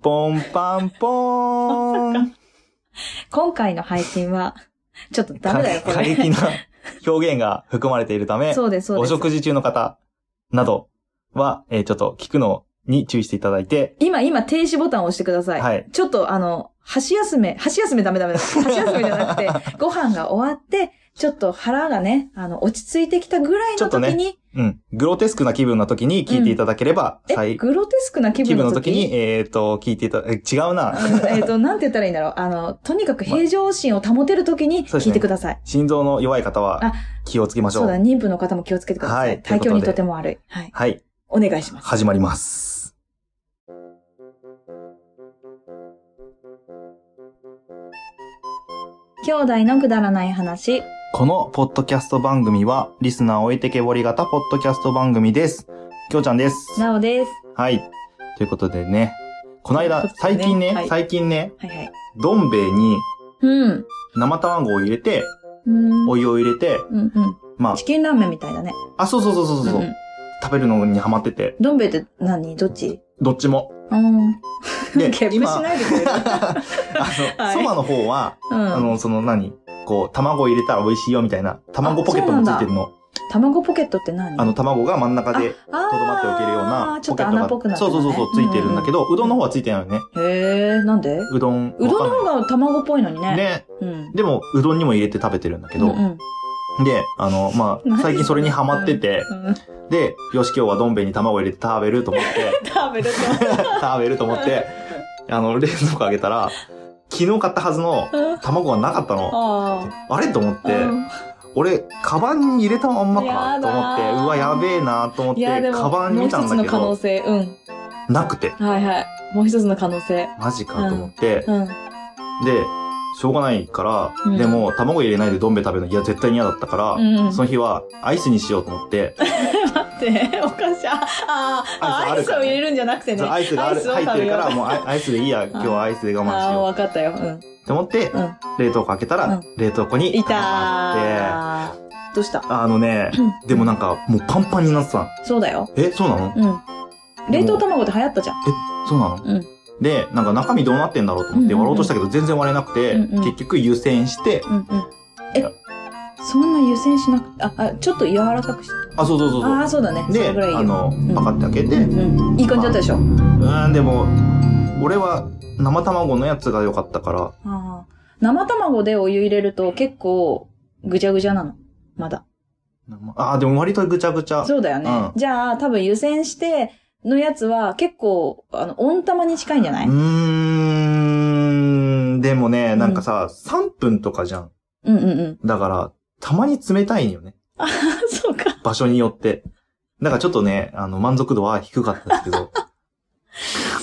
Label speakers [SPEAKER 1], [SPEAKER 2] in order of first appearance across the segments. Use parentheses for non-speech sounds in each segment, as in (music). [SPEAKER 1] ポンパンポーン。
[SPEAKER 2] 今回の配信は、 (laughs) ちょっとダメだよ、こ
[SPEAKER 1] 過
[SPEAKER 2] れ。
[SPEAKER 1] 激な表現が含まれているため、
[SPEAKER 2] そうです、そう
[SPEAKER 1] お
[SPEAKER 2] です。
[SPEAKER 1] 食事中の方などは、えーちょっと聞くのに注意していただいて、
[SPEAKER 2] 今、今、停止ボタンを押してください。
[SPEAKER 1] はい
[SPEAKER 2] ちょっと、あの、箸休め、箸休めダメダメだ。箸休めじゃ
[SPEAKER 1] (laughs)
[SPEAKER 2] なくて、ご飯が終わって、ちょっと腹がね、あの、落ち着いてきたぐらい
[SPEAKER 1] ちょ
[SPEAKER 2] の
[SPEAKER 1] っとね
[SPEAKER 2] 時に、
[SPEAKER 1] うん、グロテスクな気分の時に聞いていただければ、
[SPEAKER 2] え、グロテスクな気
[SPEAKER 1] 気
[SPEAKER 2] 分
[SPEAKER 1] 分
[SPEAKER 2] の
[SPEAKER 1] の
[SPEAKER 2] 時
[SPEAKER 1] 時に、えっ、と、聞いていた、え違うな。
[SPEAKER 2] うんえっ、と、 (laughs) なんて言ったらいいんだろう。あの、とにかく平常心を保てるときに
[SPEAKER 1] そうですね
[SPEAKER 2] 聞いてください。
[SPEAKER 1] 心臓の弱い方
[SPEAKER 2] あ
[SPEAKER 1] は気をつけましょ。
[SPEAKER 2] そううだ、妊婦の方も気をつけてください。
[SPEAKER 1] はい
[SPEAKER 2] 体
[SPEAKER 1] とい
[SPEAKER 2] 調に
[SPEAKER 1] うことで
[SPEAKER 2] とても悪い。はい。
[SPEAKER 1] はい、
[SPEAKER 2] お願いします。
[SPEAKER 1] 始まります。
[SPEAKER 2] 兄弟のくだらない話。
[SPEAKER 1] このポッドキャスト番組は、リスナー置いてけぼり型ポッドキャスト番組です。きょうちゃんです。
[SPEAKER 2] なおです。
[SPEAKER 1] はい。ということでね、この間、
[SPEAKER 2] そうですね
[SPEAKER 1] 最近ね、
[SPEAKER 2] はい
[SPEAKER 1] 最近ね、
[SPEAKER 2] はいはい。
[SPEAKER 1] どん兵衛に
[SPEAKER 2] うん。
[SPEAKER 1] 生卵を入れて、
[SPEAKER 2] うん。
[SPEAKER 1] お湯を入れて、
[SPEAKER 2] うんうん。
[SPEAKER 1] ま
[SPEAKER 2] チキンラーメンみたいだね。
[SPEAKER 1] あ、あ、そうそうそうそうそう、
[SPEAKER 2] んん。
[SPEAKER 1] 食べるのにハマってて、
[SPEAKER 2] どん兵衛って何どっち
[SPEAKER 1] どっちも。
[SPEAKER 2] うん。 (laughs)
[SPEAKER 1] で
[SPEAKER 2] ゲップしないでくれる
[SPEAKER 1] (laughs) あの、
[SPEAKER 2] はい
[SPEAKER 1] そばの方は、
[SPEAKER 2] うん。
[SPEAKER 1] あの、その何こう、卵入れたら美味しいよみたいな、卵ポケットもついてるの。
[SPEAKER 2] 卵ポケットって何
[SPEAKER 1] あの、卵が真ん中で、
[SPEAKER 2] あー
[SPEAKER 1] とどまっておけるような
[SPEAKER 2] ちょ
[SPEAKER 1] ポケ
[SPEAKER 2] っ
[SPEAKER 1] ット
[SPEAKER 2] と穴
[SPEAKER 1] が
[SPEAKER 2] っぽくなって
[SPEAKER 1] そう
[SPEAKER 2] るね
[SPEAKER 1] そうそうそうついてるんだけど、うどんの方はついてないよね。
[SPEAKER 2] へえ、なんで
[SPEAKER 1] うどん。
[SPEAKER 2] うどんの
[SPEAKER 1] わ
[SPEAKER 2] 方が卵っぽいのに
[SPEAKER 1] かんない
[SPEAKER 2] ね。
[SPEAKER 1] ね。
[SPEAKER 2] うん。
[SPEAKER 1] でも、うどんにも入れて食べてるんだけど
[SPEAKER 2] うん。うん
[SPEAKER 1] で、あの、まあ、
[SPEAKER 2] 何
[SPEAKER 1] 最近それにハマってて、
[SPEAKER 2] うん
[SPEAKER 1] で、よし今日はどん兵衛に卵入れて食べると思っ
[SPEAKER 2] (laughs)
[SPEAKER 1] て、
[SPEAKER 2] 食べる
[SPEAKER 1] 食べると思って、あの、冷蔵庫開けたら、昨日買ったはずの
[SPEAKER 2] と。うん
[SPEAKER 1] 卵がなかったの。
[SPEAKER 2] あ
[SPEAKER 1] (laughs)
[SPEAKER 2] あ。
[SPEAKER 1] あれと思って、
[SPEAKER 2] うん
[SPEAKER 1] 俺、カバンに入れたまんま
[SPEAKER 2] や
[SPEAKER 1] かと
[SPEAKER 2] だ
[SPEAKER 1] 思って、うわ、やべえなと思っ
[SPEAKER 2] い
[SPEAKER 1] て、
[SPEAKER 2] やでも
[SPEAKER 1] カバン見たんだ
[SPEAKER 2] も
[SPEAKER 1] け
[SPEAKER 2] う一つの可能
[SPEAKER 1] ど、
[SPEAKER 2] 性うん
[SPEAKER 1] なくて、
[SPEAKER 2] はいはいもう一つの可能性
[SPEAKER 1] マジかと思って、
[SPEAKER 2] うん
[SPEAKER 1] で、しょうがないから、
[SPEAKER 2] うん
[SPEAKER 1] でも、卵入れないでどん兵衛食べるの、いや、絶対に嫌だったから、
[SPEAKER 2] うんうん
[SPEAKER 1] その日は、アイスにしようと思って、
[SPEAKER 2] 待って (laughs) おかしいあああ
[SPEAKER 1] ア
[SPEAKER 2] ア
[SPEAKER 1] イ
[SPEAKER 2] イ
[SPEAKER 1] ス
[SPEAKER 2] ス
[SPEAKER 1] あるからね
[SPEAKER 2] を入れるんじゃなくてね
[SPEAKER 1] そうアイスがある
[SPEAKER 2] アイスを
[SPEAKER 1] 入
[SPEAKER 2] 食べよ
[SPEAKER 1] っ
[SPEAKER 2] う
[SPEAKER 1] てるから、もうアイアイスでいいや、今日はアイスで我慢し
[SPEAKER 2] ああ
[SPEAKER 1] よう。
[SPEAKER 2] 分かったようん
[SPEAKER 1] って思って、
[SPEAKER 2] うん
[SPEAKER 1] 冷凍庫開けたら、
[SPEAKER 2] うん
[SPEAKER 1] 冷凍庫に
[SPEAKER 2] いた
[SPEAKER 1] あ
[SPEAKER 2] ーどうした
[SPEAKER 1] のね、
[SPEAKER 2] う
[SPEAKER 1] (clears throat)
[SPEAKER 2] ん
[SPEAKER 1] でもなんか、もうパンパンになってたの。
[SPEAKER 2] そうだよ
[SPEAKER 1] え、そうなの
[SPEAKER 2] うん冷凍卵って流行ったじゃん
[SPEAKER 1] そうなの、
[SPEAKER 2] うん
[SPEAKER 1] で、なんか中身どうなってんだろうと思って
[SPEAKER 2] うんうんう
[SPEAKER 1] 割
[SPEAKER 2] ん
[SPEAKER 1] ろうとしたけど、全然割れなくて、
[SPEAKER 2] うんうん
[SPEAKER 1] 結局湯煎して、
[SPEAKER 2] うんうんえそんな湯煎しなくてああちょっと柔らかくして
[SPEAKER 1] あ、そうそうそう
[SPEAKER 2] あ
[SPEAKER 1] そ
[SPEAKER 2] あそうだね
[SPEAKER 1] う。
[SPEAKER 2] それ
[SPEAKER 1] で、
[SPEAKER 2] ぐらいいい
[SPEAKER 1] あ
[SPEAKER 2] よ
[SPEAKER 1] の
[SPEAKER 2] ん、
[SPEAKER 1] パカって開けて、う
[SPEAKER 2] うんいい感じだったでしょ
[SPEAKER 1] ーん、でも、俺は生卵のやつが良かったから、
[SPEAKER 2] あー生卵でお湯入れると結構ぐちゃぐちゃなのまだ
[SPEAKER 1] あー、でも割とぐちゃぐちゃ。
[SPEAKER 2] そうだよね。
[SPEAKER 1] うん
[SPEAKER 2] じゃあ、多分湯煎してのやつは結構、あの、温玉に近いんじゃないう
[SPEAKER 1] ーん、でもね、なんかさ、3分とかじゃん。
[SPEAKER 2] うんうんうん。
[SPEAKER 1] (laughs) だから、たまに冷たいんよね。
[SPEAKER 2] あ、そうか。
[SPEAKER 1] 場所によって。だからちょっとね、あの、満足度は低かったですけ
[SPEAKER 2] (laughs)
[SPEAKER 1] ど、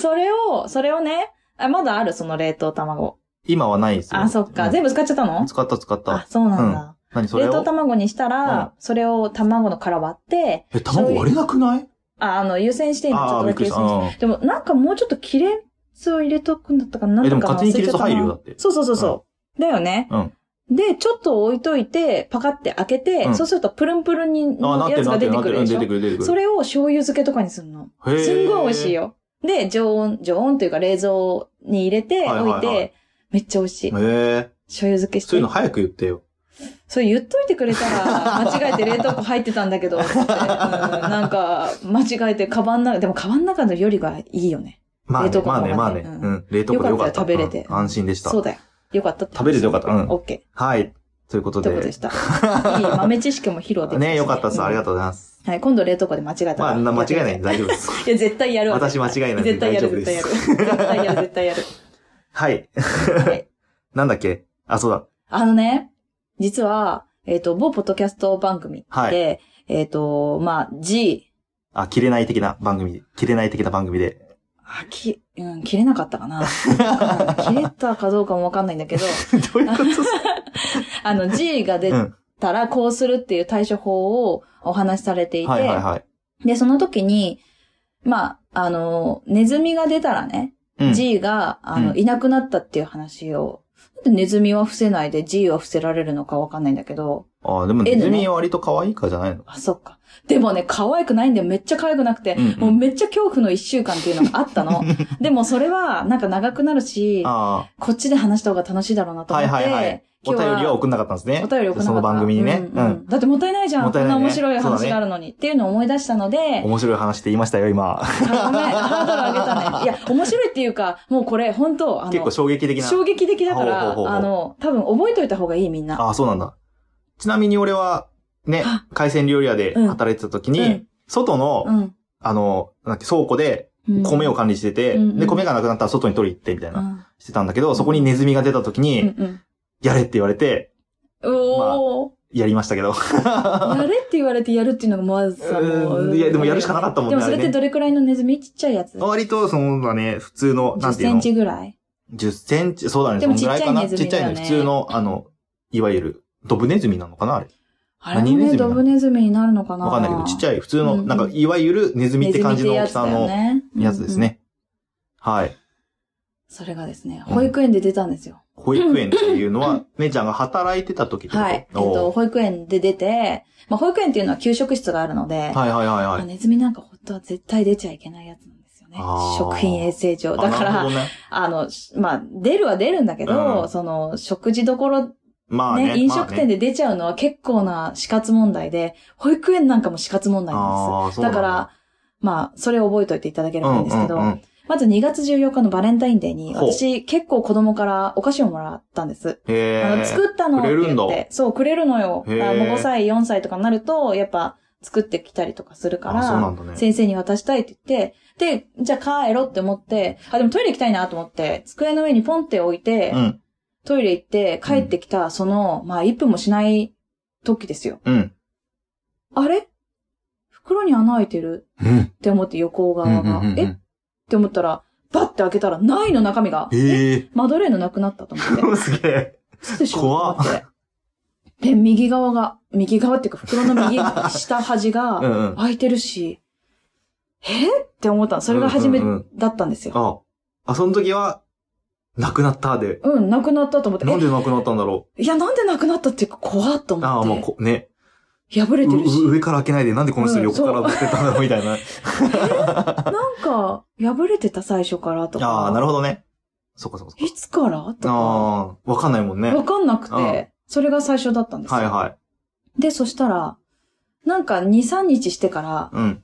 [SPEAKER 2] それを、それをね、あまだあるその冷凍卵。
[SPEAKER 1] 今はないですよ。
[SPEAKER 2] あ、そっか。
[SPEAKER 1] うん
[SPEAKER 2] 全部使っちゃったの
[SPEAKER 1] 使った使った
[SPEAKER 2] あ、。そうなんだ。
[SPEAKER 1] 何それ
[SPEAKER 2] 冷
[SPEAKER 1] を
[SPEAKER 2] 凍卵にしたら、
[SPEAKER 1] うん
[SPEAKER 2] それを卵の殻割って、
[SPEAKER 1] え、卵割れなくない
[SPEAKER 2] あ、あの、湯煎していいのちょ
[SPEAKER 1] あ
[SPEAKER 2] っ
[SPEAKER 1] あー、
[SPEAKER 2] と
[SPEAKER 1] びっく
[SPEAKER 2] だけ
[SPEAKER 1] り
[SPEAKER 2] 湯
[SPEAKER 1] し
[SPEAKER 2] 煎
[SPEAKER 1] た。
[SPEAKER 2] して。
[SPEAKER 1] うん
[SPEAKER 2] でも、なんかもうちょっと亀裂を入れとくんだったかな
[SPEAKER 1] え、でも
[SPEAKER 2] なん
[SPEAKER 1] 勝
[SPEAKER 2] か
[SPEAKER 1] 手
[SPEAKER 2] な
[SPEAKER 1] に亀裂入るよ、だって。
[SPEAKER 2] そうそうそうそう。だよね。
[SPEAKER 1] うん
[SPEAKER 2] で、ちょっと置いといて、パカって開けて、
[SPEAKER 1] うん
[SPEAKER 2] そうするとプルンプルンに
[SPEAKER 1] ああ、なっ
[SPEAKER 2] の
[SPEAKER 1] て
[SPEAKER 2] や
[SPEAKER 1] る
[SPEAKER 2] つ
[SPEAKER 1] な
[SPEAKER 2] が
[SPEAKER 1] ってる
[SPEAKER 2] 出
[SPEAKER 1] な
[SPEAKER 2] て
[SPEAKER 1] っ
[SPEAKER 2] く
[SPEAKER 1] て
[SPEAKER 2] る
[SPEAKER 1] る。う
[SPEAKER 2] で
[SPEAKER 1] ん
[SPEAKER 2] し
[SPEAKER 1] 出
[SPEAKER 2] ょ
[SPEAKER 1] てくる出てくる。
[SPEAKER 2] それを醤油漬けとかにするの。
[SPEAKER 1] へー
[SPEAKER 2] すんごい美味しい。よ。で、常温、常温というか冷蔵に入れて
[SPEAKER 1] はいはいは
[SPEAKER 2] 置い
[SPEAKER 1] い
[SPEAKER 2] て、めっちゃ美味し
[SPEAKER 1] へ
[SPEAKER 2] い。
[SPEAKER 1] え。
[SPEAKER 2] 醤油漬けして。
[SPEAKER 1] そういうの早く言ってよ。
[SPEAKER 2] それ言っといてくれたら、間違えて冷凍庫入ってたんだけど、
[SPEAKER 1] (laughs)
[SPEAKER 2] つってうんなんか、間違えて、カバンの中、でもカバンの中のよりがいいよね。
[SPEAKER 1] まあ
[SPEAKER 2] 冷凍
[SPEAKER 1] ね、
[SPEAKER 2] 庫
[SPEAKER 1] ま
[SPEAKER 2] の
[SPEAKER 1] あ
[SPEAKER 2] 方が
[SPEAKER 1] ね、
[SPEAKER 2] ね
[SPEAKER 1] まあね。
[SPEAKER 2] うん
[SPEAKER 1] うん。冷凍庫でよかった。
[SPEAKER 2] よかったよ食べれて
[SPEAKER 1] うん安心でした
[SPEAKER 2] そ。うだよ。よかったって話
[SPEAKER 1] 食べれてよかったうん
[SPEAKER 2] オッケ
[SPEAKER 1] はい。ということ
[SPEAKER 2] ー。ということで
[SPEAKER 1] で。
[SPEAKER 2] した。いい豆知識も披露できたし
[SPEAKER 1] ね、よかったです。ありが
[SPEAKER 2] と
[SPEAKER 1] とうございます。
[SPEAKER 2] うん。はい、今度冷凍庫で間違えた
[SPEAKER 1] まあ、
[SPEAKER 2] ら
[SPEAKER 1] な間違いないんで大丈夫です。
[SPEAKER 2] (laughs) いや、絶対やるわ。
[SPEAKER 1] 私間違いないんで
[SPEAKER 2] 絶対
[SPEAKER 1] 大
[SPEAKER 2] や
[SPEAKER 1] 丈
[SPEAKER 2] る、
[SPEAKER 1] 夫で
[SPEAKER 2] 絶対やる。
[SPEAKER 1] す。
[SPEAKER 2] 絶対やる、絶対やる。
[SPEAKER 1] (laughs) はい。
[SPEAKER 2] はい
[SPEAKER 1] なんだっけあ、そうだ。
[SPEAKER 2] あのね、実は、えっ、と、某ポッドキャスト番組で、
[SPEAKER 1] はい
[SPEAKER 2] えっ、と、まあ、G、
[SPEAKER 1] あ、切れない的な番組、切れない的な番組で。
[SPEAKER 2] あ、き、うん、切れなかっ
[SPEAKER 1] (laughs)
[SPEAKER 2] たかな。うん切れたかどうかもわかんないんだけど、
[SPEAKER 1] どういうことっす
[SPEAKER 2] あの、G が出
[SPEAKER 1] うん
[SPEAKER 2] たらこうするっていう対処法をお話しされていて、
[SPEAKER 1] はいはいはい。
[SPEAKER 2] で、その時に、まあ、あの、ネズミが出たらね、
[SPEAKER 1] うん。
[SPEAKER 2] G が、あの、
[SPEAKER 1] うん
[SPEAKER 2] いなくなったっていう話を、なんでネズミは伏せないで G は伏せられるのかわかんないんだけど、
[SPEAKER 1] ああ、でもネ
[SPEAKER 2] N ね
[SPEAKER 1] ズミは割と可愛いかじゃないの
[SPEAKER 2] あ、そっか。でもね、可愛くないんだよ。めっちゃ可愛くなくて、
[SPEAKER 1] うんうん
[SPEAKER 2] もうめっちゃ恐怖の一週間っていうのがあっ
[SPEAKER 1] (laughs)
[SPEAKER 2] たの。でもそれは、なんか長くなるし、
[SPEAKER 1] あ
[SPEAKER 2] こっちで話した方が楽しいだろうなと思って、
[SPEAKER 1] はいはいはいあ、お
[SPEAKER 2] 今日
[SPEAKER 1] 便りは送んなかったんですね。
[SPEAKER 2] お便り送らなかった
[SPEAKER 1] その番組にね。
[SPEAKER 2] うんうんだってもったいないじゃん。
[SPEAKER 1] もったいないね
[SPEAKER 2] こんな面白い
[SPEAKER 1] そうだ
[SPEAKER 2] 話
[SPEAKER 1] ね
[SPEAKER 2] があるのに。っていうのを思い出したの
[SPEAKER 1] うん
[SPEAKER 2] で、
[SPEAKER 1] 面白い話って言いましたよ、今。
[SPEAKER 2] あごめん、ハードル上げたね。いや、面白いっていうか、もうこれ、本当あ
[SPEAKER 1] (laughs)
[SPEAKER 2] の、
[SPEAKER 1] 結構衝撃的な。
[SPEAKER 2] 衝撃的だか
[SPEAKER 1] ほうほ
[SPEAKER 2] ら、
[SPEAKER 1] うほうほう
[SPEAKER 2] あの、多分覚えといた方がいいみんな。
[SPEAKER 1] ああ、そうなんだ。ちなみに俺は、ね
[SPEAKER 2] あ、
[SPEAKER 1] 海鮮料理屋で働いてた時に、
[SPEAKER 2] うん
[SPEAKER 1] 外の、
[SPEAKER 2] うん。
[SPEAKER 1] あの、なんだっけ倉庫で
[SPEAKER 2] うん
[SPEAKER 1] 米を管理してて、
[SPEAKER 2] うんうん
[SPEAKER 1] で、米がなくなったら外に取り行って、みたいな、
[SPEAKER 2] うん
[SPEAKER 1] してたんだけど、そこにネズミが出た時に、
[SPEAKER 2] うんうん。
[SPEAKER 1] やれって言われて、
[SPEAKER 2] お
[SPEAKER 1] やりましたけど。
[SPEAKER 2] ー、やれって言われてやるっていうのがまずさ、
[SPEAKER 1] うんいや、でもやるしかなかったもん
[SPEAKER 2] で
[SPEAKER 1] ね。
[SPEAKER 2] もそれっ
[SPEAKER 1] あ
[SPEAKER 2] てどれくらいのネズミちっちゃいやつ
[SPEAKER 1] ね割と、その、だね、普通の、な
[SPEAKER 2] ?10
[SPEAKER 1] んてい
[SPEAKER 2] セ
[SPEAKER 1] う
[SPEAKER 2] ン
[SPEAKER 1] の
[SPEAKER 2] チぐらい
[SPEAKER 1] ?10 センチ、そうだね、
[SPEAKER 2] で
[SPEAKER 1] そ
[SPEAKER 2] も
[SPEAKER 1] のぐらいかな。
[SPEAKER 2] ち
[SPEAKER 1] ち
[SPEAKER 2] っ
[SPEAKER 1] っ
[SPEAKER 2] ち
[SPEAKER 1] ち
[SPEAKER 2] ゃ
[SPEAKER 1] ゃ
[SPEAKER 2] い
[SPEAKER 1] い
[SPEAKER 2] ネズミだよね
[SPEAKER 1] の、普通の、あの、いわゆる、ドブネズミなのかなあれ。
[SPEAKER 2] あれも
[SPEAKER 1] 何ネズ
[SPEAKER 2] ね、
[SPEAKER 1] ミなの
[SPEAKER 2] ドブネズミになるのかな
[SPEAKER 1] わかんないけど、ちっち
[SPEAKER 2] ゃい
[SPEAKER 1] ゃい、普通の、
[SPEAKER 2] うんうん
[SPEAKER 1] なんか、いわゆるネズミって感じの大きさのやつです。
[SPEAKER 2] ネズミってやつだよ
[SPEAKER 1] ね。はい。
[SPEAKER 2] それがですね、保育園で出たんですよ。
[SPEAKER 1] 保育園っていうの
[SPEAKER 2] (laughs)
[SPEAKER 1] は、姉ちゃんが働いてた時ってこと
[SPEAKER 2] はい。えっと、
[SPEAKER 1] おー
[SPEAKER 2] 保育園で出て、まあ保育園っていうのは給食室があるので、
[SPEAKER 1] はいはいはいは
[SPEAKER 2] まあ
[SPEAKER 1] い。
[SPEAKER 2] ネズミなんか本当は絶対出ちゃいけないやつなんですよね
[SPEAKER 1] あー。
[SPEAKER 2] 食品衛生上。だか
[SPEAKER 1] あなるほ
[SPEAKER 2] ら、
[SPEAKER 1] どね。
[SPEAKER 2] あの、しまあ、出るは出るんだけど、
[SPEAKER 1] うん
[SPEAKER 2] その、食事どころ、ね
[SPEAKER 1] まあね。
[SPEAKER 2] 飲食店
[SPEAKER 1] で
[SPEAKER 2] で出ちゃうのは結構な死活問題で、保育園なんかも死活問題なんです。だから、まあ、それを覚えておいていただければいいんですけど、
[SPEAKER 1] うんうんうん、
[SPEAKER 2] まず2月14日のバレンタインデーに、
[SPEAKER 1] ほう
[SPEAKER 2] 私結構子供からお菓子をもらったんです。
[SPEAKER 1] へ
[SPEAKER 2] あ
[SPEAKER 1] ー
[SPEAKER 2] の作ったのって
[SPEAKER 1] くれる
[SPEAKER 2] 言
[SPEAKER 1] んだ
[SPEAKER 2] って、そう、くれるのよ。あ
[SPEAKER 1] へ
[SPEAKER 2] の
[SPEAKER 1] ー
[SPEAKER 2] 5歳、4歳とかになると、やっぱ作ってきたりとかするか
[SPEAKER 1] あそうな
[SPEAKER 2] ら、
[SPEAKER 1] んだね。
[SPEAKER 2] 先生に渡したいって言って、で、じゃあ帰ろって思って、あ、でもトイレ行きたいなと思って、机の上にポンって置いて、
[SPEAKER 1] うん、
[SPEAKER 2] トイレ行って帰ってきた、その、まあ1分もしない時ですよ。
[SPEAKER 1] うん。
[SPEAKER 2] あれ袋に穴開いてる
[SPEAKER 1] うん。
[SPEAKER 2] って思って横側が、えっって思ったら、バッて開けたら、ないの中身が。
[SPEAKER 1] ええ
[SPEAKER 2] マドレーヌなくなったと思って。
[SPEAKER 1] ー。すげえ。
[SPEAKER 2] 嘘でしょ
[SPEAKER 1] 怖っ
[SPEAKER 2] と思って。で、右側が、右側っていうか袋の右下端
[SPEAKER 1] う
[SPEAKER 2] が
[SPEAKER 1] んうん。
[SPEAKER 2] 開いてるし、えって思ったの。それが初め
[SPEAKER 1] うんうんうん
[SPEAKER 2] だったんですよ。
[SPEAKER 1] あ、あ、その時は、なくなったで。
[SPEAKER 2] うん、なくなったと思って。
[SPEAKER 1] なんでなくなったんだろ
[SPEAKER 2] えいや、なんでなくなったっていうか怖っと
[SPEAKER 1] う。ああ、
[SPEAKER 2] 思
[SPEAKER 1] も
[SPEAKER 2] っ
[SPEAKER 1] う
[SPEAKER 2] て。
[SPEAKER 1] こ、ね。
[SPEAKER 2] 破れてるし
[SPEAKER 1] う。上から開けないで、なんでこの人
[SPEAKER 2] うん
[SPEAKER 1] 横から
[SPEAKER 2] そう
[SPEAKER 1] 持ってたんだろうみたいな。
[SPEAKER 2] なんか、破れてた最初から (laughs) とか。
[SPEAKER 1] ああ、なる
[SPEAKER 2] ほ
[SPEAKER 1] ほどね。そっかそっかそっ
[SPEAKER 2] いつからと
[SPEAKER 1] か。
[SPEAKER 2] か。
[SPEAKER 1] ああ、わかんないもんね。
[SPEAKER 2] わかんなく
[SPEAKER 1] うん
[SPEAKER 2] て、それが最初だったんですよ。
[SPEAKER 1] はいはい。
[SPEAKER 2] で、そしたら、なんか2、3日してから、
[SPEAKER 1] うん。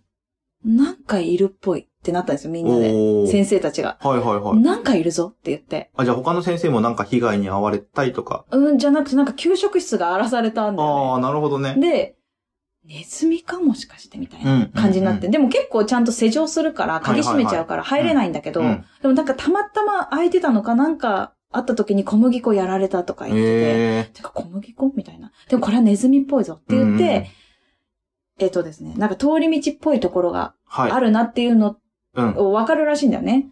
[SPEAKER 2] なんかいるっぽいってなったんですよ、みんなで。
[SPEAKER 1] おー
[SPEAKER 2] 先生たちが。
[SPEAKER 1] はいはいはい。
[SPEAKER 2] なんかいるぞって言って。
[SPEAKER 1] あ、じゃあ他の先生もなんか被害に遭われたりとか。
[SPEAKER 2] うん、じゃなくてなんか給食室が荒らされたんだ
[SPEAKER 1] あ
[SPEAKER 2] よ
[SPEAKER 1] あ、なるほどね。
[SPEAKER 2] ね。で、ネズミかもしかしてみたい
[SPEAKER 1] うんうん
[SPEAKER 2] な感じになって。
[SPEAKER 1] うん
[SPEAKER 2] でも結構ちゃんと施錠するから、鍵閉めちゃうから入れないんだけど、
[SPEAKER 1] うん
[SPEAKER 2] でもなんかたまたま空いてたのかなんかあった時に小麦粉やられたとか言ってて。
[SPEAKER 1] ええ。
[SPEAKER 2] てか小麦粉みたいな。でもこれはネズミっぽいぞって言って、
[SPEAKER 1] うんうん
[SPEAKER 2] えっとですね、なんか通り道っぽいところが
[SPEAKER 1] はい。
[SPEAKER 2] あるなっていうの
[SPEAKER 1] うん。
[SPEAKER 2] を分かるらしいんだよね。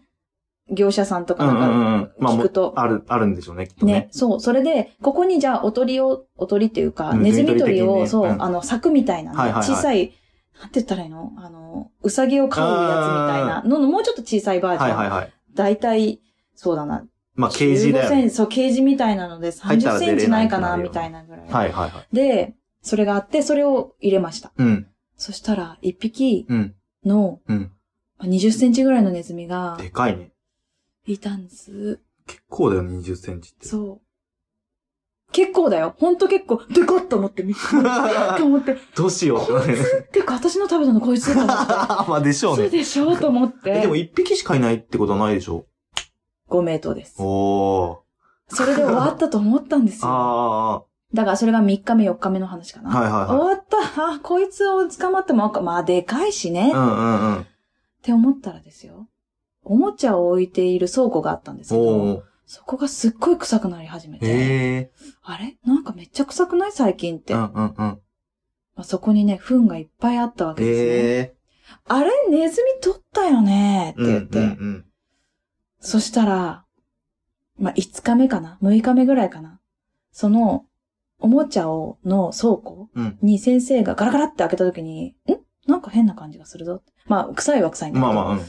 [SPEAKER 2] 業者さんと
[SPEAKER 1] う
[SPEAKER 2] か
[SPEAKER 1] んう
[SPEAKER 2] なんか
[SPEAKER 1] んうん。まあ、
[SPEAKER 2] 聞
[SPEAKER 1] も
[SPEAKER 2] くと
[SPEAKER 1] うある、あるんでしょうね、きっと
[SPEAKER 2] ね
[SPEAKER 1] ね。、
[SPEAKER 2] そう、それで、ここにじゃあ、おとりを、おとりっていうか、
[SPEAKER 1] うん
[SPEAKER 2] ネズミ
[SPEAKER 1] ネズミ捕
[SPEAKER 2] 捕り
[SPEAKER 1] り的に
[SPEAKER 2] を、
[SPEAKER 1] ね
[SPEAKER 2] そうう、
[SPEAKER 1] ん
[SPEAKER 2] あの、柵みたいなの
[SPEAKER 1] はいはいはい
[SPEAKER 2] 小さい、なんて言ったらいいのあの、うさぎを飼うやつみたいなのの、もうちょっと小さいバージ
[SPEAKER 1] はい
[SPEAKER 2] ョン。
[SPEAKER 1] はいはい。
[SPEAKER 2] だいたい、そうだな。
[SPEAKER 1] まあ、ケージだ
[SPEAKER 2] 15
[SPEAKER 1] よ
[SPEAKER 2] セン
[SPEAKER 1] ね。
[SPEAKER 2] チ、そう、ケージみたいなので、
[SPEAKER 1] 入ったら
[SPEAKER 2] 30
[SPEAKER 1] 出れない
[SPEAKER 2] センチないかな、
[SPEAKER 1] ってなるよ
[SPEAKER 2] みたいなぐら
[SPEAKER 1] は
[SPEAKER 2] い。
[SPEAKER 1] いはいはい。
[SPEAKER 2] で、それがあって、それを入れました。
[SPEAKER 1] うん。
[SPEAKER 2] そしたら、1匹
[SPEAKER 1] うん。
[SPEAKER 2] の、
[SPEAKER 1] うん。
[SPEAKER 2] 20センチぐらいのネズミが、
[SPEAKER 1] でかいね。
[SPEAKER 2] いたんです。
[SPEAKER 1] 結構だよ、20センチって。
[SPEAKER 2] そう。結構だよ。ほんと結構、でかっと思って、見て、と思って、
[SPEAKER 1] (laughs) どうしようってなるよね。
[SPEAKER 2] てか私の食べたのこいつだと思って。
[SPEAKER 1] (laughs) まあ、でしょう
[SPEAKER 2] そう
[SPEAKER 1] ね。
[SPEAKER 2] でしょうと思っ
[SPEAKER 1] え、
[SPEAKER 2] て。
[SPEAKER 1] でも一匹しかいないってことはないでしょ
[SPEAKER 2] ご名答です。
[SPEAKER 1] おー。
[SPEAKER 2] それで終わったと思ったんですよ。
[SPEAKER 1] あ
[SPEAKER 2] だからそれが3日目4日目の話か
[SPEAKER 1] あ、
[SPEAKER 2] な。
[SPEAKER 1] はいはいはい。
[SPEAKER 2] 終わった。あ、こいつを捕まっても、まあでかいしね、
[SPEAKER 1] う
[SPEAKER 2] っ
[SPEAKER 1] んうんうん。
[SPEAKER 2] て思ったらですよ。おもちゃを置いている倉庫があったんですけ
[SPEAKER 1] お
[SPEAKER 2] ど、
[SPEAKER 1] ー。
[SPEAKER 2] そこがすっごい臭くなり始めて、
[SPEAKER 1] ええ。
[SPEAKER 2] あれなんかめっちゃ臭くない最近って。
[SPEAKER 1] うん
[SPEAKER 2] ま
[SPEAKER 1] うんうん。
[SPEAKER 2] あ、そこにね、糞がいっぱいあったわけですね。
[SPEAKER 1] ええ。
[SPEAKER 2] あれネズミ取ったよねって
[SPEAKER 1] うん
[SPEAKER 2] 言
[SPEAKER 1] う
[SPEAKER 2] っ
[SPEAKER 1] ん
[SPEAKER 2] て。
[SPEAKER 1] うん。
[SPEAKER 2] そしたら、まあ、5日目かな ?6 日目ぐらいかなその、おもちゃを、の倉庫
[SPEAKER 1] うん
[SPEAKER 2] に先生がガラガラって開けた時に、んなんか変な感じがするぞ。まあ、臭いは臭いんだけど。
[SPEAKER 1] まあまあ、うん。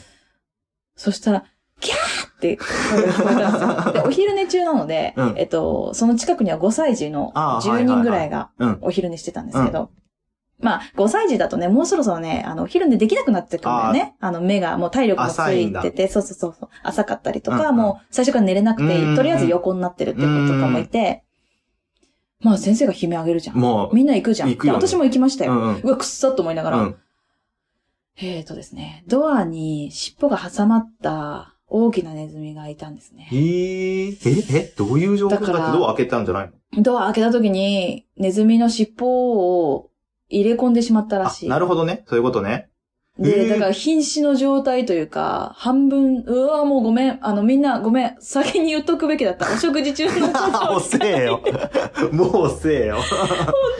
[SPEAKER 2] そしたら、キャーっって声が聞こえたんですよ。
[SPEAKER 1] (laughs)
[SPEAKER 2] で、お昼寝中なので、
[SPEAKER 1] うん
[SPEAKER 2] えっと、その近くには5歳児の
[SPEAKER 1] あーは
[SPEAKER 2] 10
[SPEAKER 1] いはいはい
[SPEAKER 2] 人ぐらいが
[SPEAKER 1] うん
[SPEAKER 2] お昼寝してたんですけど、まあ、5歳児だとね、もうそろそろね、あの、お昼寝できなくなってくるんだよね。あの、目が、もう体力もつ
[SPEAKER 1] 浅いん
[SPEAKER 2] い
[SPEAKER 1] だ
[SPEAKER 2] てて、そうそうそうそう、浅かったりとか、
[SPEAKER 1] うんうん
[SPEAKER 2] もう最初から寝れなく
[SPEAKER 1] うんうんうん
[SPEAKER 2] て、とりあえず横になってるっていう子とかもいて、まあ、先生が悲鳴あげるじゃん。
[SPEAKER 1] もう、
[SPEAKER 2] みんな行くじゃん。
[SPEAKER 1] 行くよね
[SPEAKER 2] で私も行きました
[SPEAKER 1] う
[SPEAKER 2] よ。
[SPEAKER 1] んうん。
[SPEAKER 2] うわ、くっさと思いながら、
[SPEAKER 1] うん
[SPEAKER 2] えーとですね、ドアに尻尾が挟まった大きなネズミがいたんですね
[SPEAKER 1] え。ー、え、え、どういう状況だって
[SPEAKER 2] だから
[SPEAKER 1] ドア開けたんじゃないの
[SPEAKER 2] ドア開けた時に、ネズミの尻尾を入れ込んでしまったら
[SPEAKER 1] あ
[SPEAKER 2] し、い。
[SPEAKER 1] なるほどね。そういうこと
[SPEAKER 2] (laughs)
[SPEAKER 1] ね。へ
[SPEAKER 2] で、
[SPEAKER 1] ー
[SPEAKER 2] だから瀕死の状態というか、半分、うわ、もうごめん、あのみんなごめん、先に言っとくべき
[SPEAKER 1] (laughs)
[SPEAKER 2] だった。お食事中の
[SPEAKER 1] もうせえよ。もうせえよ。
[SPEAKER 2] ほ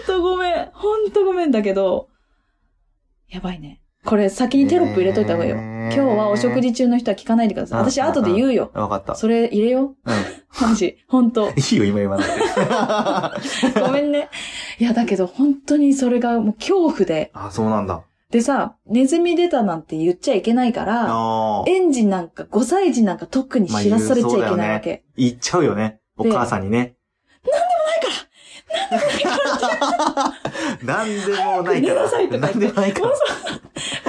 [SPEAKER 2] んとごめん。ほんとごめんだけど、やばいね。これ先にテロップ入れといた方がいいよ。
[SPEAKER 1] 今
[SPEAKER 2] 今日はお食。事中の人は聞かないでください。
[SPEAKER 1] うん
[SPEAKER 2] 私後で言うよ。
[SPEAKER 1] わかった。
[SPEAKER 2] それ入れよ
[SPEAKER 1] うん。
[SPEAKER 2] う。マジ。ほんと。
[SPEAKER 1] いいよ、今言わ
[SPEAKER 2] (laughs)
[SPEAKER 1] なくて。
[SPEAKER 2] ごめ
[SPEAKER 1] (laughs)
[SPEAKER 2] んね。いや、だけど本当にそれがもう恐怖で。
[SPEAKER 1] あ、そうなんだ。
[SPEAKER 2] でさ、ネズミ出たなんて言っちゃいけないから、
[SPEAKER 1] ああ。
[SPEAKER 2] 園児なんか5歳児なんか特に知らされちゃいけないわけ。
[SPEAKER 1] 言っちゃうよね。お
[SPEAKER 2] で
[SPEAKER 1] 母さんにね。なんで
[SPEAKER 2] (laughs)
[SPEAKER 1] もないから。なんでもないから。なんでもないから。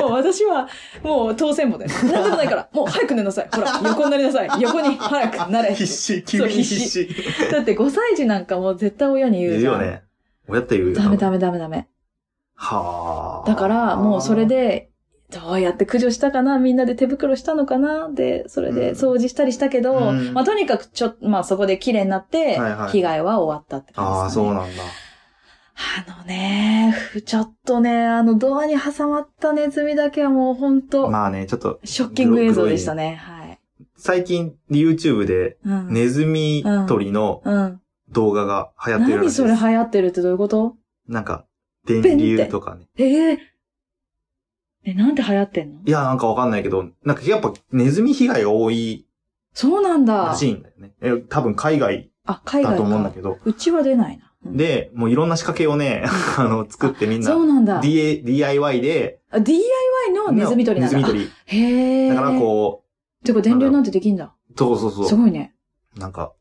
[SPEAKER 2] もう私は、もう当選簿だよ。なんでもないから、もう早く寝なさい。ほら、横になりなさい。横に早くなれ。
[SPEAKER 1] (laughs) 必死、急に必死。
[SPEAKER 2] だって5歳児なんかもう絶対親に言う
[SPEAKER 1] 言う
[SPEAKER 2] じゃん。
[SPEAKER 1] よね。親って言うよ。
[SPEAKER 2] ダメダメダメダメ。
[SPEAKER 1] はあ。
[SPEAKER 2] だから、もうそれ。で、どうやって駆除したかなみんなで手袋したのかなで、それで
[SPEAKER 1] うん
[SPEAKER 2] 掃除したりしたけど、
[SPEAKER 1] うん
[SPEAKER 2] まあとにかくちょ、まあそこで綺麗になって
[SPEAKER 1] はいは、い
[SPEAKER 2] 被害は終わったって感じですかね。
[SPEAKER 1] ああ、そうなんだ。
[SPEAKER 2] あのね、ふちょっとね、あのドアに挟まったネズミだけはもうほんと、
[SPEAKER 1] まあね、ちょっと、
[SPEAKER 2] ショッキング映像でしたね。はい。
[SPEAKER 1] 最近 YouTube で
[SPEAKER 2] うん。
[SPEAKER 1] ネズミ取りの
[SPEAKER 2] うん。
[SPEAKER 1] 動画が流行ってるら
[SPEAKER 2] 何
[SPEAKER 1] しい
[SPEAKER 2] そ
[SPEAKER 1] で
[SPEAKER 2] れ
[SPEAKER 1] す
[SPEAKER 2] 流。行ってるってどういうこと
[SPEAKER 1] なんか、電流とかね。
[SPEAKER 2] えー、え、なんで流行ってんの
[SPEAKER 1] いや、なんかわかんないけど、なんかやっぱネズミ被害が多い
[SPEAKER 2] そうなんだ。
[SPEAKER 1] らしいんだよね。え、多分海外
[SPEAKER 2] あ、海外
[SPEAKER 1] だ
[SPEAKER 2] か
[SPEAKER 1] と思うんだけど。
[SPEAKER 2] うちは出ないな。うん、
[SPEAKER 1] で、もういろんな仕掛けをね、 (laughs) あの、作ってみんな
[SPEAKER 2] そう、なんだ。
[SPEAKER 1] DA DIY で、
[SPEAKER 2] あ DIY のネズミ捕りなんだ。
[SPEAKER 1] ネズミ捕
[SPEAKER 2] あへ
[SPEAKER 1] り。
[SPEAKER 2] え。
[SPEAKER 1] だからこ
[SPEAKER 2] てか電流なんてできんだ。
[SPEAKER 1] う、そうそう
[SPEAKER 2] す
[SPEAKER 1] そう。
[SPEAKER 2] ごいね。
[SPEAKER 1] なんか、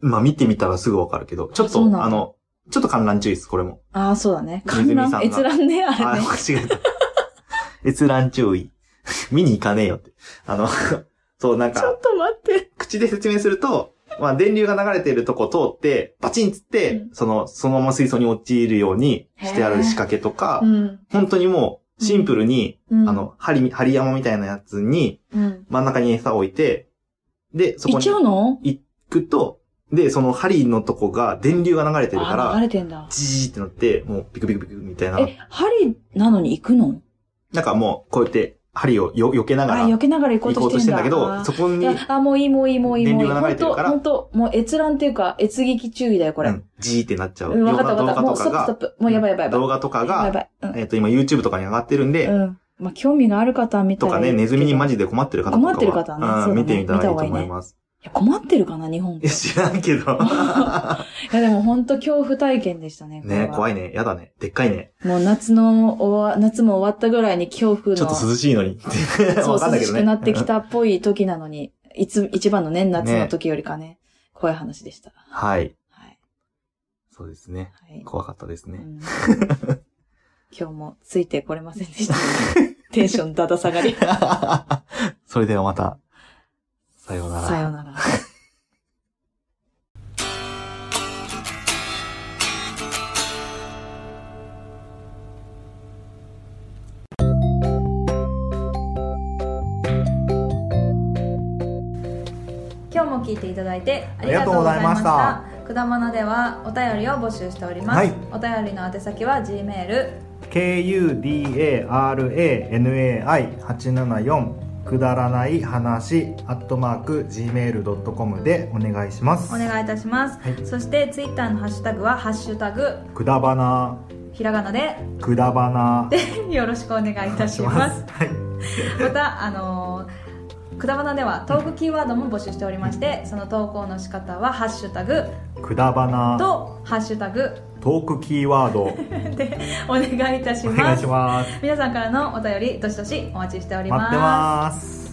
[SPEAKER 1] まあ見てみたらすぐわかるけど、ちょっ
[SPEAKER 2] そうなん
[SPEAKER 1] と、
[SPEAKER 2] だ
[SPEAKER 1] あの、ちょっと観覧注意です、これも。
[SPEAKER 2] ああ、そうだね。
[SPEAKER 1] ネズミさ
[SPEAKER 2] 観
[SPEAKER 1] ん
[SPEAKER 2] 覧
[SPEAKER 1] が、
[SPEAKER 2] 閲覧ね、あ
[SPEAKER 1] あ
[SPEAKER 2] れね。、
[SPEAKER 1] 間違えた。閲覧注意。 (laughs) 見に行かねえよって。あの、 (laughs) そう、なん
[SPEAKER 2] (laughs) ちょ
[SPEAKER 1] か
[SPEAKER 2] っ、と待って。
[SPEAKER 1] 口で説明すると、まあ、電流が流れてるとこ通って、バチンつって、
[SPEAKER 2] う
[SPEAKER 1] その、そのまま水槽に陥るようにしてある仕掛けとか、
[SPEAKER 2] うん。
[SPEAKER 1] 本当にもう、シンプルに、
[SPEAKER 2] うん
[SPEAKER 1] あ、の、針、針山みたいなやつに、
[SPEAKER 2] うん。
[SPEAKER 1] 真ん中に餌を置いて、で、そ
[SPEAKER 2] 行
[SPEAKER 1] こ
[SPEAKER 2] っ
[SPEAKER 1] に
[SPEAKER 2] ちゃう
[SPEAKER 1] 行
[SPEAKER 2] の
[SPEAKER 1] くと、で、その針のとこが電流が流れてるか
[SPEAKER 2] あー、流
[SPEAKER 1] ら、
[SPEAKER 2] れてんだ。
[SPEAKER 1] ジーってなって、もうビクビクビクみたいな。
[SPEAKER 2] え、針なのに行くの
[SPEAKER 1] なんかもう、こうやって針をよ避けなが
[SPEAKER 2] あ、
[SPEAKER 1] ら
[SPEAKER 2] 避けながら行こ
[SPEAKER 1] 行
[SPEAKER 2] う
[SPEAKER 1] ことうと
[SPEAKER 2] し
[SPEAKER 1] してて
[SPEAKER 2] ん
[SPEAKER 1] ん
[SPEAKER 2] だ。
[SPEAKER 1] だけど、そこ
[SPEAKER 2] い
[SPEAKER 1] に、
[SPEAKER 2] やあ、もういい、もういい、もういい、もういい。
[SPEAKER 1] 電流が流
[SPEAKER 2] ほん
[SPEAKER 1] れてる
[SPEAKER 2] と、
[SPEAKER 1] から
[SPEAKER 2] ほんと、もう閲覧っていうか、閲劇注意だよ、これ。
[SPEAKER 1] う
[SPEAKER 2] うん
[SPEAKER 1] んジーってなっちゃうよう
[SPEAKER 2] わ
[SPEAKER 1] な
[SPEAKER 2] かった
[SPEAKER 1] 動画
[SPEAKER 2] わかった。も
[SPEAKER 1] と
[SPEAKER 2] うスト
[SPEAKER 1] か
[SPEAKER 2] ップストッ
[SPEAKER 1] が、
[SPEAKER 2] プ。もうやばいやばいやばい。
[SPEAKER 1] 動画とか
[SPEAKER 2] や
[SPEAKER 1] が、
[SPEAKER 2] ばい。うん
[SPEAKER 1] えっ、と、今 YouTube とかに上がってるんで、
[SPEAKER 2] うん。まあ、興味がある方は見た
[SPEAKER 1] とか
[SPEAKER 2] らいいけ
[SPEAKER 1] ね、
[SPEAKER 2] ど
[SPEAKER 1] ネズミにマジで困ってる方とかは、
[SPEAKER 2] 困ってる方はねそううんだね
[SPEAKER 1] 見てみたらいいと思
[SPEAKER 2] 見た方がい
[SPEAKER 1] い
[SPEAKER 2] いね
[SPEAKER 1] ます。
[SPEAKER 2] いや困ってるかな、
[SPEAKER 1] (laughs)
[SPEAKER 2] 日本って。
[SPEAKER 1] い
[SPEAKER 2] い
[SPEAKER 1] や、知らんけど。
[SPEAKER 2] (laughs) や、でも本当恐怖体験でしたね。
[SPEAKER 1] ね、怖
[SPEAKER 2] い。
[SPEAKER 1] いね。やだね。でっかいね。
[SPEAKER 2] もう夏の終わ、夏も終わったぐらいに恐怖の、
[SPEAKER 1] ちょっと涼しいのに。
[SPEAKER 2] そ
[SPEAKER 1] わかん
[SPEAKER 2] う、
[SPEAKER 1] な
[SPEAKER 2] 涼
[SPEAKER 1] いけ
[SPEAKER 2] し
[SPEAKER 1] ど
[SPEAKER 2] く
[SPEAKER 1] ね。
[SPEAKER 2] なってきたっぽい時なのに、いつ、一番のね、夏の時よりかね、怖い話でした。
[SPEAKER 1] はい。
[SPEAKER 2] はい。
[SPEAKER 1] そうですね。
[SPEAKER 2] はい。
[SPEAKER 1] 怖かったです
[SPEAKER 2] う
[SPEAKER 1] ね。
[SPEAKER 2] ん今日もついてこれませんで (laughs) した。テンションだだ下がり。
[SPEAKER 1] (laughs) それではまた。さようなら。
[SPEAKER 2] さようなら。今日も聞いていただいてありがとうございました
[SPEAKER 1] あ。
[SPEAKER 2] くだまなではお便りを募集しております。
[SPEAKER 1] はい
[SPEAKER 2] お便りの宛先は G メール
[SPEAKER 1] kudaranai874 くだらない話アットマーク gmail.com でお願いします
[SPEAKER 2] お願いいたします。
[SPEAKER 1] はい
[SPEAKER 2] そしてツイッターのハッシュタグはハッシュタグ
[SPEAKER 1] くだばな
[SPEAKER 2] ひらがなで
[SPEAKER 1] くだばな
[SPEAKER 2] よろしくお願いいたします。
[SPEAKER 1] はい
[SPEAKER 2] またあのーくだばなではトークキーワードも募集しておりましてその投稿の仕方はハッシュタグ
[SPEAKER 1] くだばな
[SPEAKER 2] とハッシュタグ
[SPEAKER 1] トークキーワード
[SPEAKER 2] でお願いいたし
[SPEAKER 1] お
[SPEAKER 2] ま
[SPEAKER 1] 願い
[SPEAKER 2] す
[SPEAKER 1] します
[SPEAKER 2] 皆さんからのお便りどしどしお待ちしており
[SPEAKER 1] 待ってます